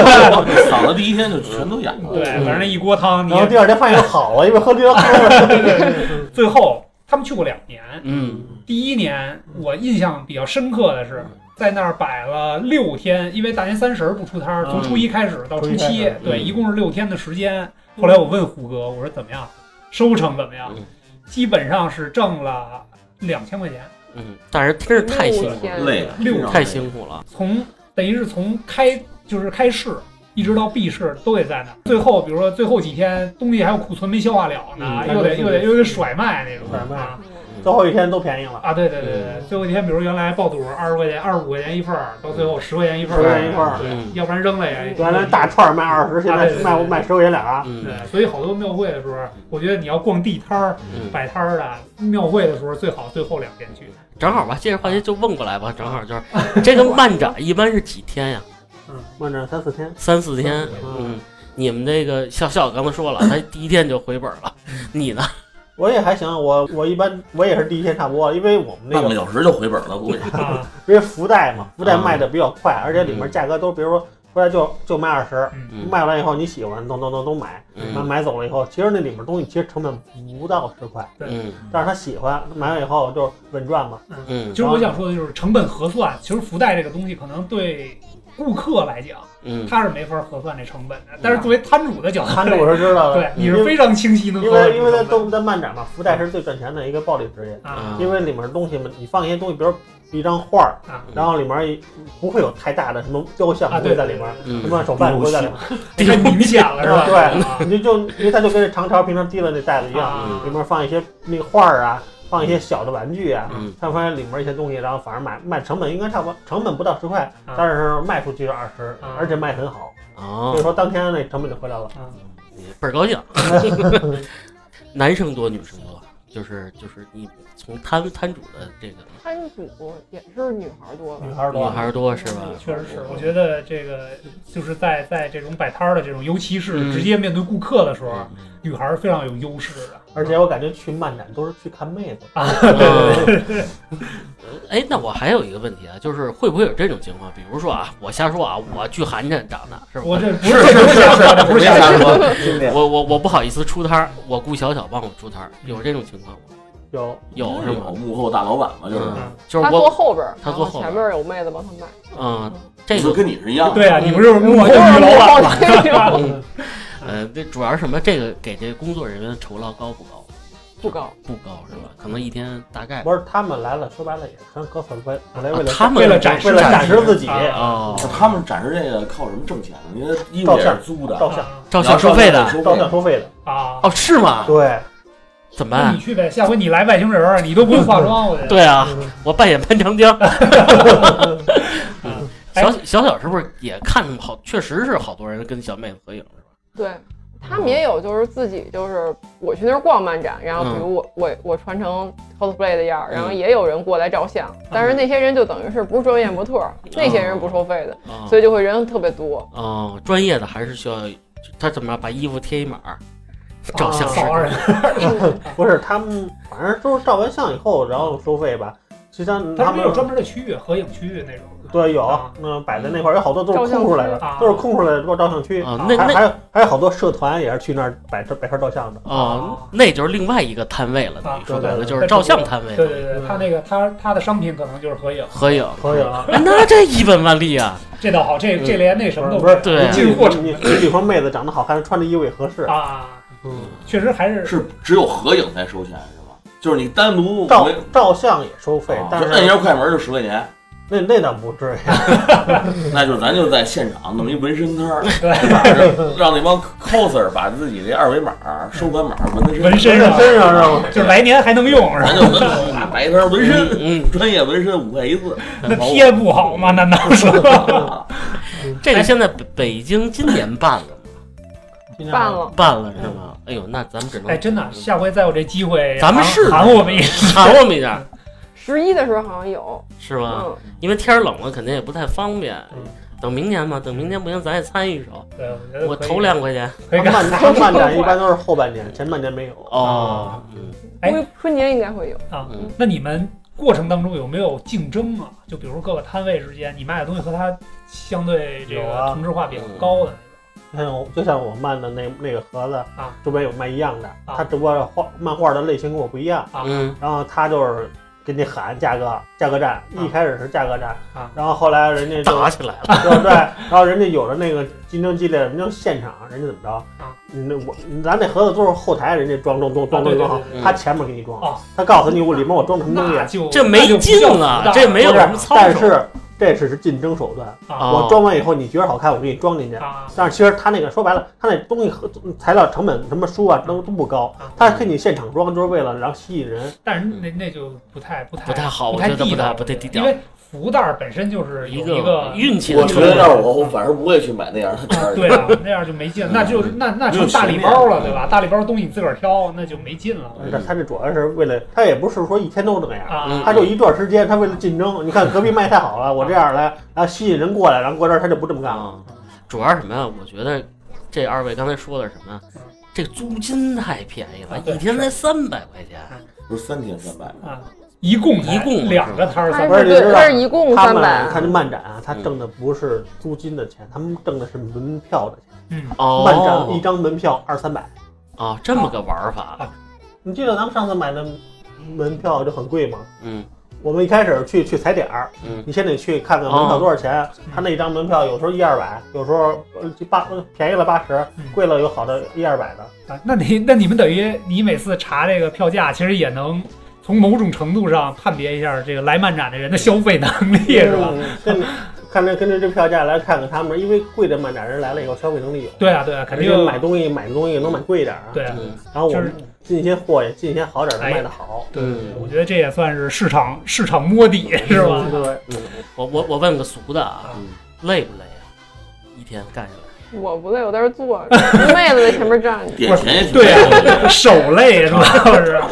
嗓子第一天就全都哑了。
对，反正那一锅汤，你
然后第
也
二天发现好了，因为喝这个喝了。
最后他们去过两年，
嗯
第一年我印象比较深刻的是，在那儿摆了六天，因为大年三十儿不出摊儿，从
嗯
初一开始到初
初一开
七
始，
对，
嗯
一共是六天的时间。后来我问胡哥，我说怎么样，收成怎么样
嗯？
基本上是挣了两千块钱，
嗯，但是真是太辛
六
苦了，
天
累了，
六
太辛苦了。
从等于是从开就是开市。一直到闭市都得在那儿，最后比如说最后几天东西还有库存没消化了呢，
嗯
又得又得又得甩卖那种，
甩卖嗯
啊，
嗯
最后一天都便宜 了，
啊，对对对对，最后一天，比如原来爆肚二十块钱、二十五块钱一份儿，到最后十块钱一份儿，啊
十块钱一份儿
嗯
对，要不然扔了呀。
原来大串儿卖二十，现
啊
在
对对对
卖卖十块钱俩。
嗯
对，所以好多庙会的时候，我觉得你要逛地摊儿、
嗯，
摆摊儿的庙会的时候，最好最后两天 去。
正好吧，这个话题就问过来吧，正好就是 这个漫展一般是几天呀？
嗯，漫展三四天。
三四天。
嗯，
嗯，你们这个小小刚才说了，他第一天就回本了， 你呢？
我也还行，我我一般我也是第一天差不多，因为我们那
半个
个
小时就回本了，估计。
啊，
因为福袋嘛，福袋
啊
卖的比较快，而且里面价格都，比如说福袋就就卖二十，
嗯，
嗯
卖完以后你喜欢，咚咚咚都买，买
嗯
买走了以后，其实那里面东西其实成本不到十块，
嗯
但是他喜欢，买了以后就是稳赚嘛。
嗯
其实我想说的就是成本核算，其实福袋这个东西可能对顾客来讲，
嗯
他是没法核算这成本的，但是作为摊主的角嗯度
他，这我是知道的，
对，你是非常清晰能
因
核算
为
这
因
个
为在
成本
东在漫展嘛，福袋是最赚钱的一个暴利职业，
啊
因为里面东西嘛，你放一些东西，比如一张画儿，
啊
然后里面也不会有太大的什么雕像
啊，
不
对
会在里面，什
嗯
么手办不会在里面，
太明显了是吧？
对
啊
你就因为它就跟这长条平常提了那袋子一样，
啊
里面放一些那个画儿啊，放一些小的玩具啊，
嗯
他发现里面一些东西，然后反正买卖成本应该差不多，成本不到十块，
啊
但是卖出去是二十
啊，
而且卖很好，所以
哦，
说当天那成本就回来了。
啊
倍儿高兴。男生多，女生多，就是就是你从摊摊主的这个
摊主也是女孩多吧
女？孩儿
女
多，
孩儿多啊是吧？
确实是，我觉得这个就是在在这种摆摊儿的这种，尤其是直接面对顾客的时候，
嗯
女孩儿非常有优势的。
而且我感觉去漫展都是去看妹子，
对哎，那我还有一个问题啊，就是会不会有这种情况？比如说啊，我瞎说啊，我巨寒碜长的是吧？
我这不
是
是
是是
瞎说的，不
没
是瞎
瞎说，
我我我不好意思出摊儿，我雇小小帮我出摊儿，有这种情况吗？
有
有是吗？
幕后大老板嘛，就是，
嗯，就是
他坐
我，
后边儿，
他坐后边儿
然前面儿有妹子帮他买。
嗯，这
就
个，
跟你是一样
说。
的。
对啊，你不就是
嗯
幕后女老板吗？
板
嗯，呃，这主要是什么？这个给这工作人员酬劳高不高？
不高，
不高是吧？可能一天大概
不是他们来了，说白了也穿哥粉为来为了
啊他们
为了展示
为了展示自己
啊
哦，
他们展示这个靠什么挣钱呢？因为衣服也是租的，
照相
照相收费的
照相收费的，
啊！
哦，是吗？
对，
怎么
那你
嗯
办？
去呗，下回你来外星人儿，你都不用化妆，我觉得。
对啊，
嗯
我扮演潘长 江。嗯
哎
小小小是不是也看好？确实是好多人跟小妹子合影是吧？
对。他们也有，就是自己就是我去那儿逛漫展，然后比如我我我穿成 cosplay 的样儿，然后
嗯
也有人过来照相，但是那些人就等于是不是专业模特儿，
嗯
那些人不收费的，
啊、
所以就会人特别多。
哦，专业的还是需要他怎么样把衣服贴一码
啊
儿，照相
保安
师。
人
不是他们，反正都是照完相以后，然后收费吧。其实上
他
他
们
们
有专门的区域，合影区域那种。
对有
啊，
嗯，摆在那块儿有好多都是空出来
照
的
相区啊，
都是空出来的做照相区。
啊
啊，
那
还
那
还有还有好多社团也是去那儿摆摊摆摊照相的，
哦，那就是另外一个摊位了。等于
啊
说白了
对对对
就是照相摊位
对
了，
对对，他那个他他的商品可能就是合影，
合影。
可以啊。
哎，那这一本万利啊！
这倒好，这这连那什么都
不是
对啊
你
进货成
你你女方妹子长得好看，穿的衣服也合适。
啊，
嗯，
确实还是
是只有合影才收钱是吧？就是你单独
照
没
照相也收费
啊，
但
就
哎
摁一
是
下快门就十块钱，
那那倒不至于。
那就咱就在现场弄一纹身摊儿，
对
是吧让让那帮 coser 把自己这二维码、收款码纹在身
纹身上，
身上是吗？
就是来年还能用是吧？
咱就纹摆一摊儿纹身，
嗯，
专业纹身五块一啊次，
那贴哎不好吗？难道是？
嗯
这个现在北北京今年办了，嗯
办 了，
办了是吗？哎呦，那咱们只能
哎，真的，下回再有这机会，
咱们试试嗯
喊我们一声。
喊我们一 下
十一的时候好像有，
是吧？
嗯，
因为天儿冷了，肯定也不太方便
嗯。
等明年吧，等明年不行，咱也参与一手。
对，我觉得
我
哎可以
投两块钱。
可以干
漫漫展一般都是后半年，前半年没有。
哦，嗯，
哎
估计春节应该会有。
啊
嗯。
那你们过程当中有没有竞争啊？就比如说各个摊位之间，你卖的东西和它相对这
有
个
啊
同质化比较高的
像我就像我漫的那那个盒子
啊，
周边有卖一样的，他只不过画漫画的类型跟我不一样，
啊
嗯
然后他就是给你喊价格价格战，一开始是价格战
啊，
然后后来人家就
打起来了，
对对，然后人家有的那个竞争激烈，人家现场人家怎么着
啊？
那我咱那盒子都是后台人家装装装装
啊对对
装装好
对
对，
他前面给你
哦
装，他告诉你我里面我装什么东
那
西，
就
这
那就
没
不
劲
叫服
了，
大
这没有
不
什么
是，
操
但
守
是这只是竞争手段。
啊
啊
我装完以后你觉得好看，我给你装进去。
啊
但是其实他那个说白了，他那东西和材料成本什么书啊都都不高
啊，
他给你现场装就是为了然后吸引人。
但是那那就不太不太
不太好，
不
我觉得
地
不
道
太不太地
因
道，
为福袋儿本身就是有一个
运气
我
的
觉
成
得
分。
要是我，我反而不会去买那样的
啊
摊儿。
对啊，那样就没劲，那就那那成大礼包了，对吧？大礼包东西你自个儿挑，那就没劲了
嗯
但他这主要是为了，他也不是说一天都这样，
啊
嗯
他就一段时间，他为了竞争，你看隔壁卖太好了，我这样来，然后吸引人过来，然后过这儿他就不这么干了。
啊，主要是什么呀？我觉得这二位刚才说的是什么呀？这租金太便宜了
啊，对
一天才三百块钱。
不是三天三百，
啊！一共才
一共
两个摊儿
它
三啊
不
百
是
是
你知道
对，它是一共
他
三
们
百
你。看这漫展啊，他
嗯
挣的不是租金的钱，他们挣的是门票的钱。
嗯
漫展一
哦
张门票二三百，
哦，这么个玩法。
你记得咱们上次买的门票就很贵吗？
嗯
我们一开始去去踩点儿，
嗯哦
你先得去看看门票多少钱。他那一张门票有时候一二百，有时候呃就八呃便宜了八十
嗯，
贵了有好的一二百的。
啊那你那你们等于你每次查这个票价，其实也能从某种程度上判别一下这个来漫展的人的消费能力，是吧？
嗯？跟看着跟着这票价来看看他们，因为贵的漫展人来了以后消费能力有，
对啊，对啊，肯
肯
定
定买东西买东西能买贵一点啊。
对啊。
嗯
然后我
就是
们进一些货也进一些好点的
哎
卖的好，
嗯，
我觉得这也算是市场市场摸底，是吧？
对，
我我我问个俗的啊
嗯，
累不累啊？一天干下来，
我不累，我在这儿坐着，妹子在前面站着。
点钱也挺
对啊，手累主要是。
这是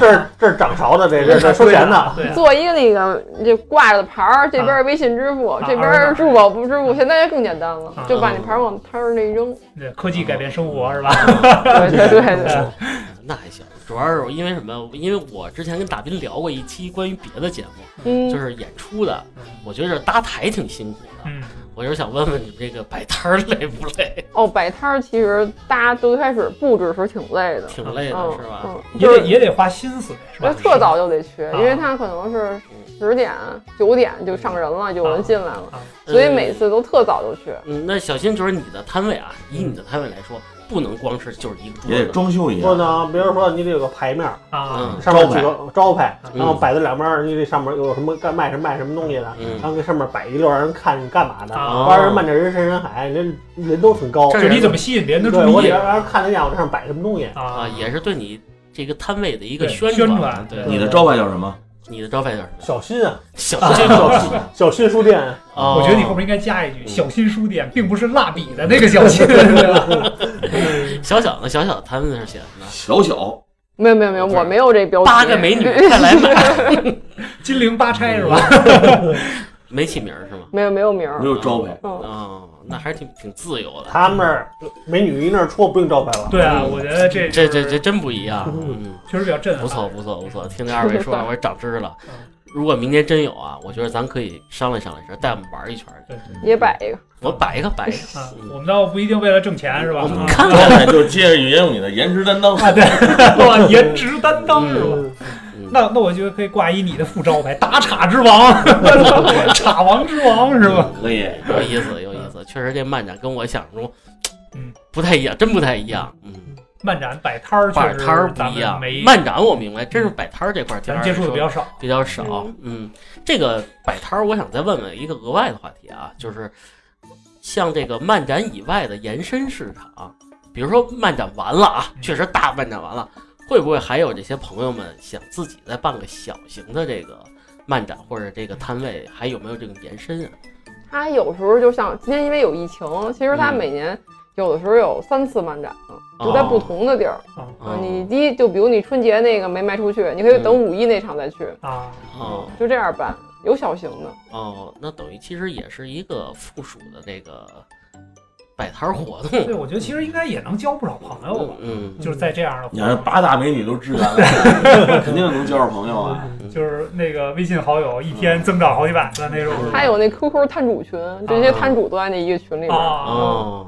这是这是涨潮的，这这这收钱的。
对啊，
做一个那个就挂着的牌儿，这
啊
边微信支付，这边支付宝不支付，现在更简单了，
啊
就把那牌儿往摊儿那 一扔。
对，科技改变生活是吧？
对对对对，
那还行。主要是因为什么？因为我之前跟大斌聊过一期关于别的节目，
嗯，
就是演出的
嗯，
我觉得搭台挺辛苦的。
嗯，
我就是想问问你们这个摆摊儿累不累？
哦，摆摊儿其实大家最开始布置的时候挺累的，
挺累的
嗯
是吧？
嗯，
也
就
得
是
也得花心思，是吧
那？特早就得去，因为
啊
他可能是十点九点就上人了，有人进来了
啊，
所以
嗯
每次都特早就去。
嗯，那小新就是你的摊位啊，以你的摊位来说，不能光是就是一个桌
也得
子，
装修一
不
下。
能，比如说你得有个牌面儿，
啊
嗯
上面几个招牌，
嗯
然后摆在两边儿，你得上面有什么干卖什么卖什么东西的，
嗯
然后给上面摆一溜，让人看你干嘛的。
啊
不然人漫着人山人海，人人都挺高。
这
就是
人
你怎么吸引别人的注
对，我
意
得让人看得见我这上摆什么东西。
啊，
啊？
也是对你这个摊位的一个
对
传。啊
宣传
对，
你的招牌叫什么？
你的招牌叫什么？
小心啊，
小新
小心小心书店，
哦
我觉得你后面应该加一句“小新书店”，并不是蜡笔的那个小新，
哦小小的小小的摊子上写什么？
小小
没有没有没有，
不是
我没有这标准。
八个美女快来买，
金陵八钗是吧？
没起名儿是吗？
没有没有名儿
没，有招 牌，
嗯，
哦，那还是挺挺自由的。
他们那儿美女一那儿戳不用招牌了。
对啊，我觉得这
这这这真不一样，嗯，
确实比较震撼。
不错不错不错，听这二位说，啊我也长知识了。如果明年真有啊，我觉得咱可以商量商量，这带我们玩一圈儿去。
对
也摆一个。
我摆一个摆一个，嗯
嗯啊，我们倒不一定为了挣钱是吧？
我们
啊
看
招
看。
牌就接着沿用你的颜值担当。
啊，对， 哇，颜值担当是吧？
嗯，
那那我觉得可以挂一你的副招牌，打岔之 王，岔王之王是吧？
可以，
有意思，有意思，确实这漫展跟我想象中，
嗯，
不太一样，真不太一样。嗯，
漫展摆摊儿确
摆
实
摊儿不
咱
一
们
样
没，
漫展我明白，真是摆摊儿这块儿，
咱接触的比较少。
比较少。嗯，这个摆摊儿，我想再问问一个额外的话题啊，就是像这个漫展以外的延伸市场，比如说漫展完了啊，
嗯
确实大漫展完了，会不会还有这些朋友们想自己再办个小型的这个漫展或者这个摊位，还有没有这种延伸啊？
它有时候就像今天因为有疫情，其实它
嗯
每年有的时候有三次漫展呢，就在不同的地儿。
哦
啊，你第一就比如你春节那个没卖出去，你可以等五一那场再去，
啊，
哦
就这样办。有小型的，
哦，那等于其实也是一个附属的这个摆摊儿活动，
对，我觉得其实应该也能交不少朋友吧，
嗯，
就是在这样的活
你要是
动，
八大美女都 支援了，肯定能交上朋友啊。
就是那个微信好友一
嗯
天增长好几百的那种。
还有那 QQ 摊主群，这些摊主都在那一个群里边。
啊，
哦，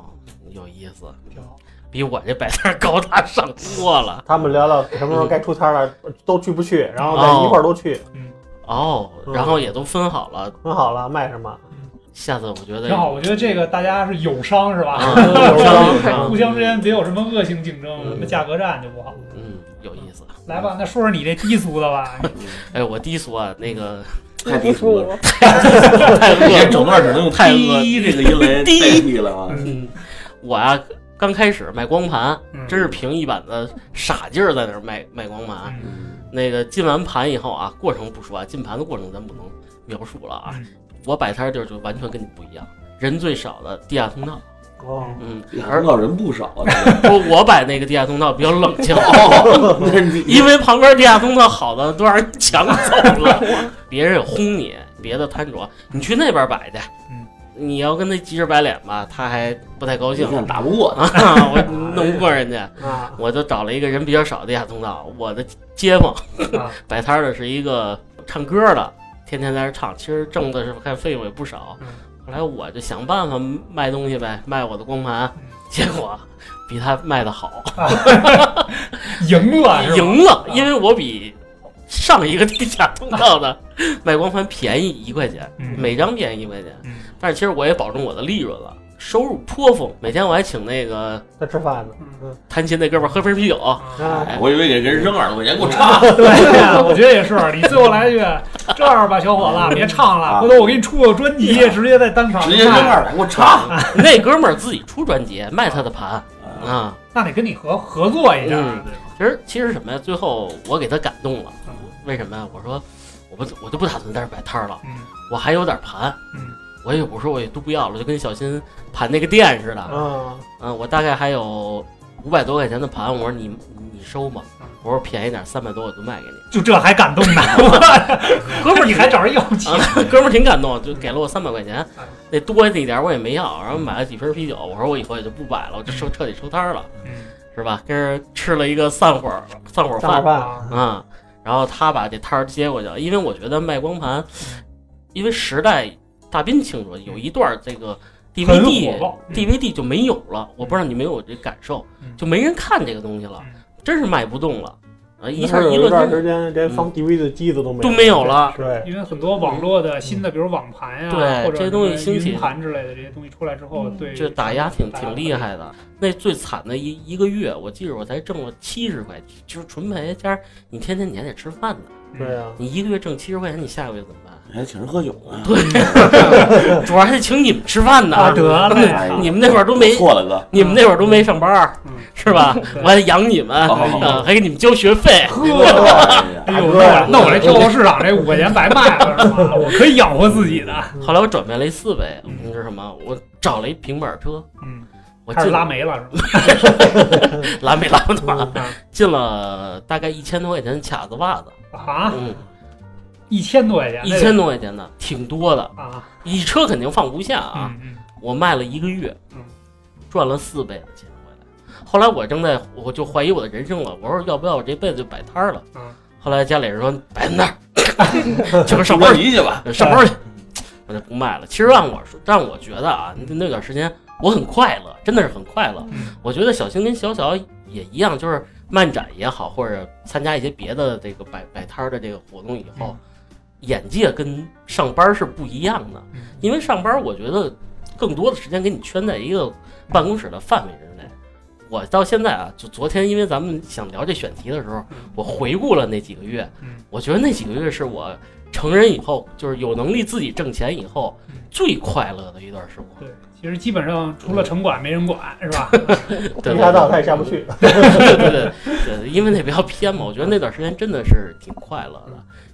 有意思，
挺好。
比我这摆摊儿高大上多了。
他们聊聊什么时候该出摊了，都去不去，然后再一块儿都去，
嗯
哦，然后也都分好了，
分好了卖什么，
下次我觉得
挺好，我啊觉得这个大家是友商是吧？
嗯
有商有
互
商。
相之间别有什么恶性竞争，
嗯
什么价格战就不好。
嗯，有意思。
来吧，那说说你这低俗的吧。
哎，我低俗啊，那 个
太低
低
俗
俗
了，，
太
你
恶
这整段只能用
太恶
低这个音来
低
代替了啊。
嗯，我呀、刚开始卖光盘，
嗯
真是凭一版的傻劲儿在那儿卖卖光盘。
嗯
那个进完盘以后啊，过程不说啊，进盘的过程咱不能描述了啊。
嗯
我摆摊儿地儿就完全跟你不一样，人最少的地下通道，
哦，
嗯，
而闹人不少啊，
不，我摆那个地下通道比较冷清，
那你
因为旁边地下通道好的都让人抢走了，别人轰你，别的摊主你去那边摆去，
嗯，
你要跟他急着摆脸吧，他还不太高
你
兴。
看打不过，
啊，我弄不过人家，
啊，
我就找了一个人比较少的地下通道。我的街坊
啊
摆摊儿的是一个唱歌的，天天在那儿唱，其实挣的是看费用也不少
嗯。
后来我就想办法卖东西呗，卖我的光盘
嗯，
结果比他卖的 好，
赢了是吧？
赢了
啊，
因为我比上一个地下通道 的卖光盘便宜一块钱，
嗯
每张便宜一块钱
嗯。
但是其实我也保证我的利润了，收入颇丰。每天我还请那个
在吃饭呢。
嗯
弹琴那哥们儿喝瓶啤酒。
啊，
我以为给人扔二十块钱给我
啊
唱，
对呀，我觉得也是。你最后来一句，这样吧，小伙子，别唱
啊
了，回头我给你出个专辑，直接在当场
直接扔
卖。
二百给我唱。
啊那哥们儿自己出专辑，卖他的盘啊。
那得跟你合合作一下，
嗯
对吧？
其实其实什么呀？最后我给他感动了
嗯，
为什么呀？我说我不我就不打算在这儿摆摊儿了，
嗯
我还有点盘，
嗯
我也我说我也都不要了，就跟小新盘那个店似的。
嗯，
嗯，我大概还有五百多块钱的盘，我说你你收吧
嗯，
我说便宜点，三百多我就卖给 你。
就这还感动 呢，
哥们儿
你还找人要钱
啊，哥们儿挺感动，就给了我三百块钱
嗯，
那多那点儿我也没要，然后买了几瓶啤酒，我说我以后也就不摆了，我就收彻底收摊儿了，
嗯
是吧？跟人吃了一个散伙儿散伙儿
下
饭
点，饭。
啊，
啊、然后他把这摊儿接过去了，因为我觉得卖光盘，因为时代大斌清楚，有一段这个
很
DVD
火爆。嗯
DVD 就没有了，我不知道你没有这感受，
嗯
就没人看这个东西了，
嗯
真是卖不动了，啊，一下
那时候
一
有一
论天嗯
段时间连放 DVD 的机子都没
都没有。了。
对，
因为很多网络的新的，比如网盘
嗯
呀、
对
或者
这些东西兴起嗯
云盘之类的这些东西出来之后，对
这打压挺挺厉。害的，那最惨的一一个月，我记着我才挣了七十块，就是纯赔加上你天天你还得吃饭呢，
嗯
对啊，
你一个月挣七十块钱，你下个月怎么办？
还请人喝酒呢，
对，主要还得请你们吃饭呢。
啊，得
嗯
嘞
哎呀
你们那会儿都没
错了哥，
你们那会儿都没上班 儿
嗯，
是吧？我还养你们，
哦
好好好
啊，还给你们交学费。
呵，
哎呀
哎呦，那我那我这跳蚤市场这五块钱白卖了是吧？我可以养活自己的。
后来我转变了一思维，
嗯
你知道什么？我找了一平板车，
嗯，
我
开始
进
拉煤了是吧？
拉没拉不了，
嗯
进了大概一千多块钱的卡子袜子，
啊，
嗯，
一千多块钱，
一千多块钱的，挺多的。
啊
一车肯定放不下啊，
嗯嗯
我卖了一个月
嗯，
赚了四倍的钱回来。后来我正在，我就怀疑我的人生了。我说要不要我这辈子就摆摊儿了？
嗯
后来家里人说摆在那 儿，去 上
上
班
班
去。
去吧，
嗯
上班去，我就不卖了。其实让我说，让我觉得啊，那那段时间我很快乐，真的是很快乐。
嗯
我觉得小新跟小小也一样，就是漫展也好，或者参加一些别的这个摆摆摊儿的这个活动以后，
嗯
眼界跟上班是不一样的
嗯。
因为上班，我觉得更多的时间给你圈在一个办公室的范围之内。我到现在啊，就昨天，因为咱们想聊这选题的时候
嗯，
我回顾了那几个月，
嗯
我觉得那几个月是我成人以后，就是有能力自己挣钱以后
嗯
最快乐的一段时光。
对，其实基本上除了城管没人管是吧？
对
一下到他也下不。去。
对对对对，因为那比较偏嘛，我觉得那段时间真的是挺快乐的。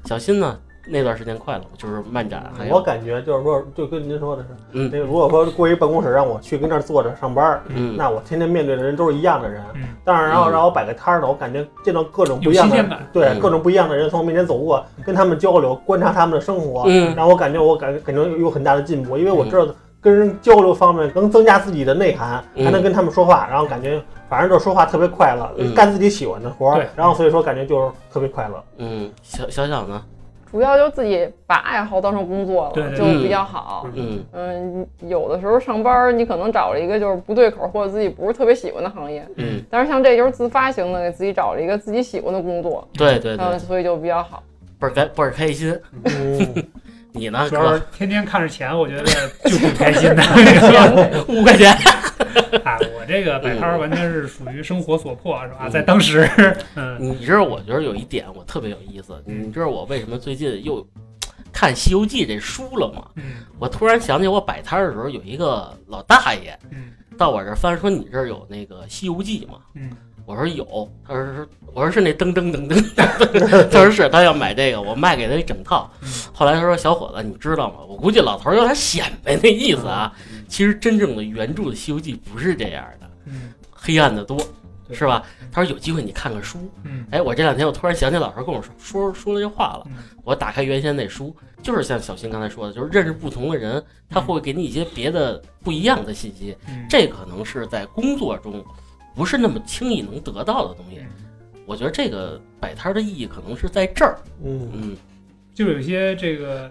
小新呢，那段时间快乐就是漫展，还
我
有
感觉就是说，就跟您说的是，
哎嗯
那个如果说过一办公室让我去跟那儿坐着上班儿，
嗯，
那我天天面对的人都是一样的人。
嗯
但是然
嗯
后让我摆个摊儿呢，我感觉见到各种不
有
一
新
样
鲜
的，
感。
对
嗯
各种不一样的人从我面前走过，跟他们交流，观察他们的生活，
嗯
让我感觉我感感觉有很大的进步，因为我知道跟人交流方面能增加自己的内涵，
嗯
还能跟他们说话，然后感觉反正就是说话特别快乐，
嗯
干自己喜欢的活
对
儿，然后所以说感觉就是特别快乐。
嗯，小小小呢？
主要就自己把爱好当成工作
对
了，
对
就
对
比较好。
嗯
嗯，有的时候上班儿你可能找了一个就是不对口儿或者自己不是特别喜欢的行业，
嗯，
但是像这就是自发型的，给自己找了一个自己喜欢的工作，
对对
嗯，
对，
所以就比较好。
倍儿开倍儿开心。
嗯，
你呢，
主要
哥？
是天天看着钱，我觉得就挺开心 的。
五块钱。
啊，我这个摆摊儿完全是属于生活所迫，是吧？在 当时，嗯，
你知道，我觉得有一点我特别有意思。
嗯
你知道我为什么最近又看《西游记》这书了吗？
嗯
我突然想起我摆摊儿的时候，有一个老大爷
嗯
到我这儿翻说：“你这儿有那个《西游记》吗
嗯，？”
我说有，他说是，我说是那噔噔噔噔，他说 是，他要买这个，我卖给他一整套
嗯。
后来他说：“小伙子，你知道吗？我估计老头儿有点显摆那意思啊。其实真正的原著的《西游记》不是这样的，
嗯
黑暗的多，
对
是吧？”他说：“有机会你看看书。”
嗯
哎，我这两天我突然想起老师跟我说说说了这话了
嗯。
我打开原先那书，就是像小新刚才说的，就是认识不同的人，他会给你一些别的不一样的信息。
嗯，
这可能是在工作中不是那么轻易能得到的东西
嗯。
我觉得这个摆摊儿的意义可能是在这儿，
嗯，
嗯，
就有一些这个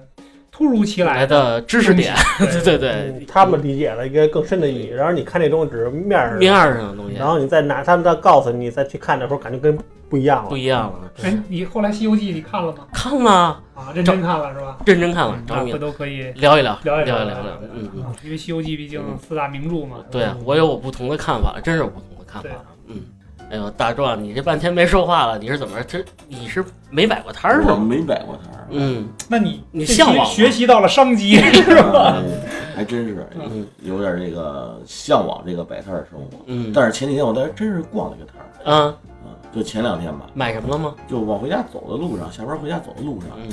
突如其来
来
的，
的知识点，对对对
嗯，他们理解了一个更深的意义，然后你看这东西只是面儿
嗯面儿上的东西
然后你再拿他们再告诉你，再去看的时候，感觉跟不一样
不
了。
一样了。
哎，你后来《西游记》你看了吗？
看了，
啊，认真看了是吧？嗯
认真看了，
那
着迷
回
了，
头可以
聊一聊，
聊一
聊
聊
一聊，聊一聊嗯嗯。
啊，因为《西游记》毕竟四大名著嘛。
对啊，我有我不同的看法，真是有不同的看法
对。
嗯，哎呦，大壮，你这半天没说话了，你是怎么着？这你是没摆过摊儿是
我
吗？
没摆过摊儿，
嗯
那你
你
这期
向往吗
学习到了商机，是吧？
哎还真是
嗯
有点这个向往这个摆摊儿的生活。
嗯
但是前几天我倒是真是逛了一个摊儿，
啊，
啊，就前两天吧，
买什么了吗？
就往回家走的路上，下班回家走的路上，
嗯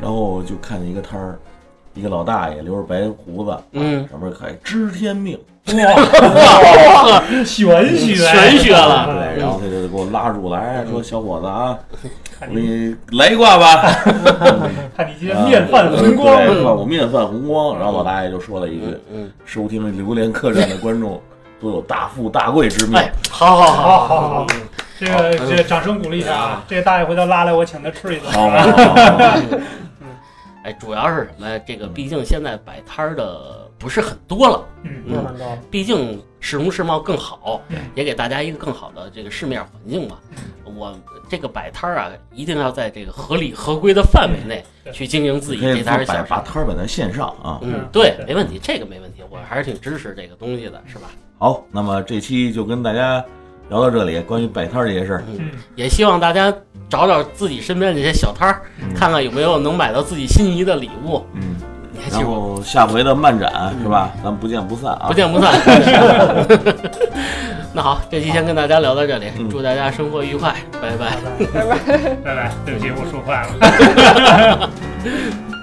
然后就看见一个摊儿，一个老大爷留着白胡子，
嗯，
上面可以知 天命，
玄学，哎
玄学了
对，然后
哎
他就给我拉住
嗯
来说：“小伙子啊，我
看
给
你
你来一 卦吧。
看你今天面泛红光，
啊 对吧我面泛红光。然后老大爷就说了一句
嗯嗯，：“
收听榴莲客栈的观众都有大富大贵之命。
哎，好好好，
好好好好，这个这个掌声鼓励一下啊！这个大爷回头拉来我请他吃一顿，
好”好好好好
嗯哎，主要是什么呀？这个毕竟现在摆摊儿的不是很多了，
嗯，
慢慢着，
毕竟市容市貌更好
嗯，
也给大家一个更好的这个市面环境吧。我这个摆摊儿啊，一定要在这个合理合规的范围内
对
去经营 自己
可
这
以
摊儿小
摆
生意
把摊儿摆在线上啊。
嗯
嗯，
对，
对
没问题，这个没问题，我还是挺支持这个东西的，是吧？
好，那么这期就跟大家聊到这里，关于摆摊儿这些事儿。
嗯
嗯，
也希望大家找找自己身边这些小摊儿，
嗯
看看有没有能买到自己心仪的礼物。
嗯，
你还记
然
住，
后下回的漫展是吧？咱们不见不散啊！
不见不 散。 那好，这期先跟大家聊到这里，
嗯
祝大家生活愉快，拜拜。
拜拜，对不起，我说坏了。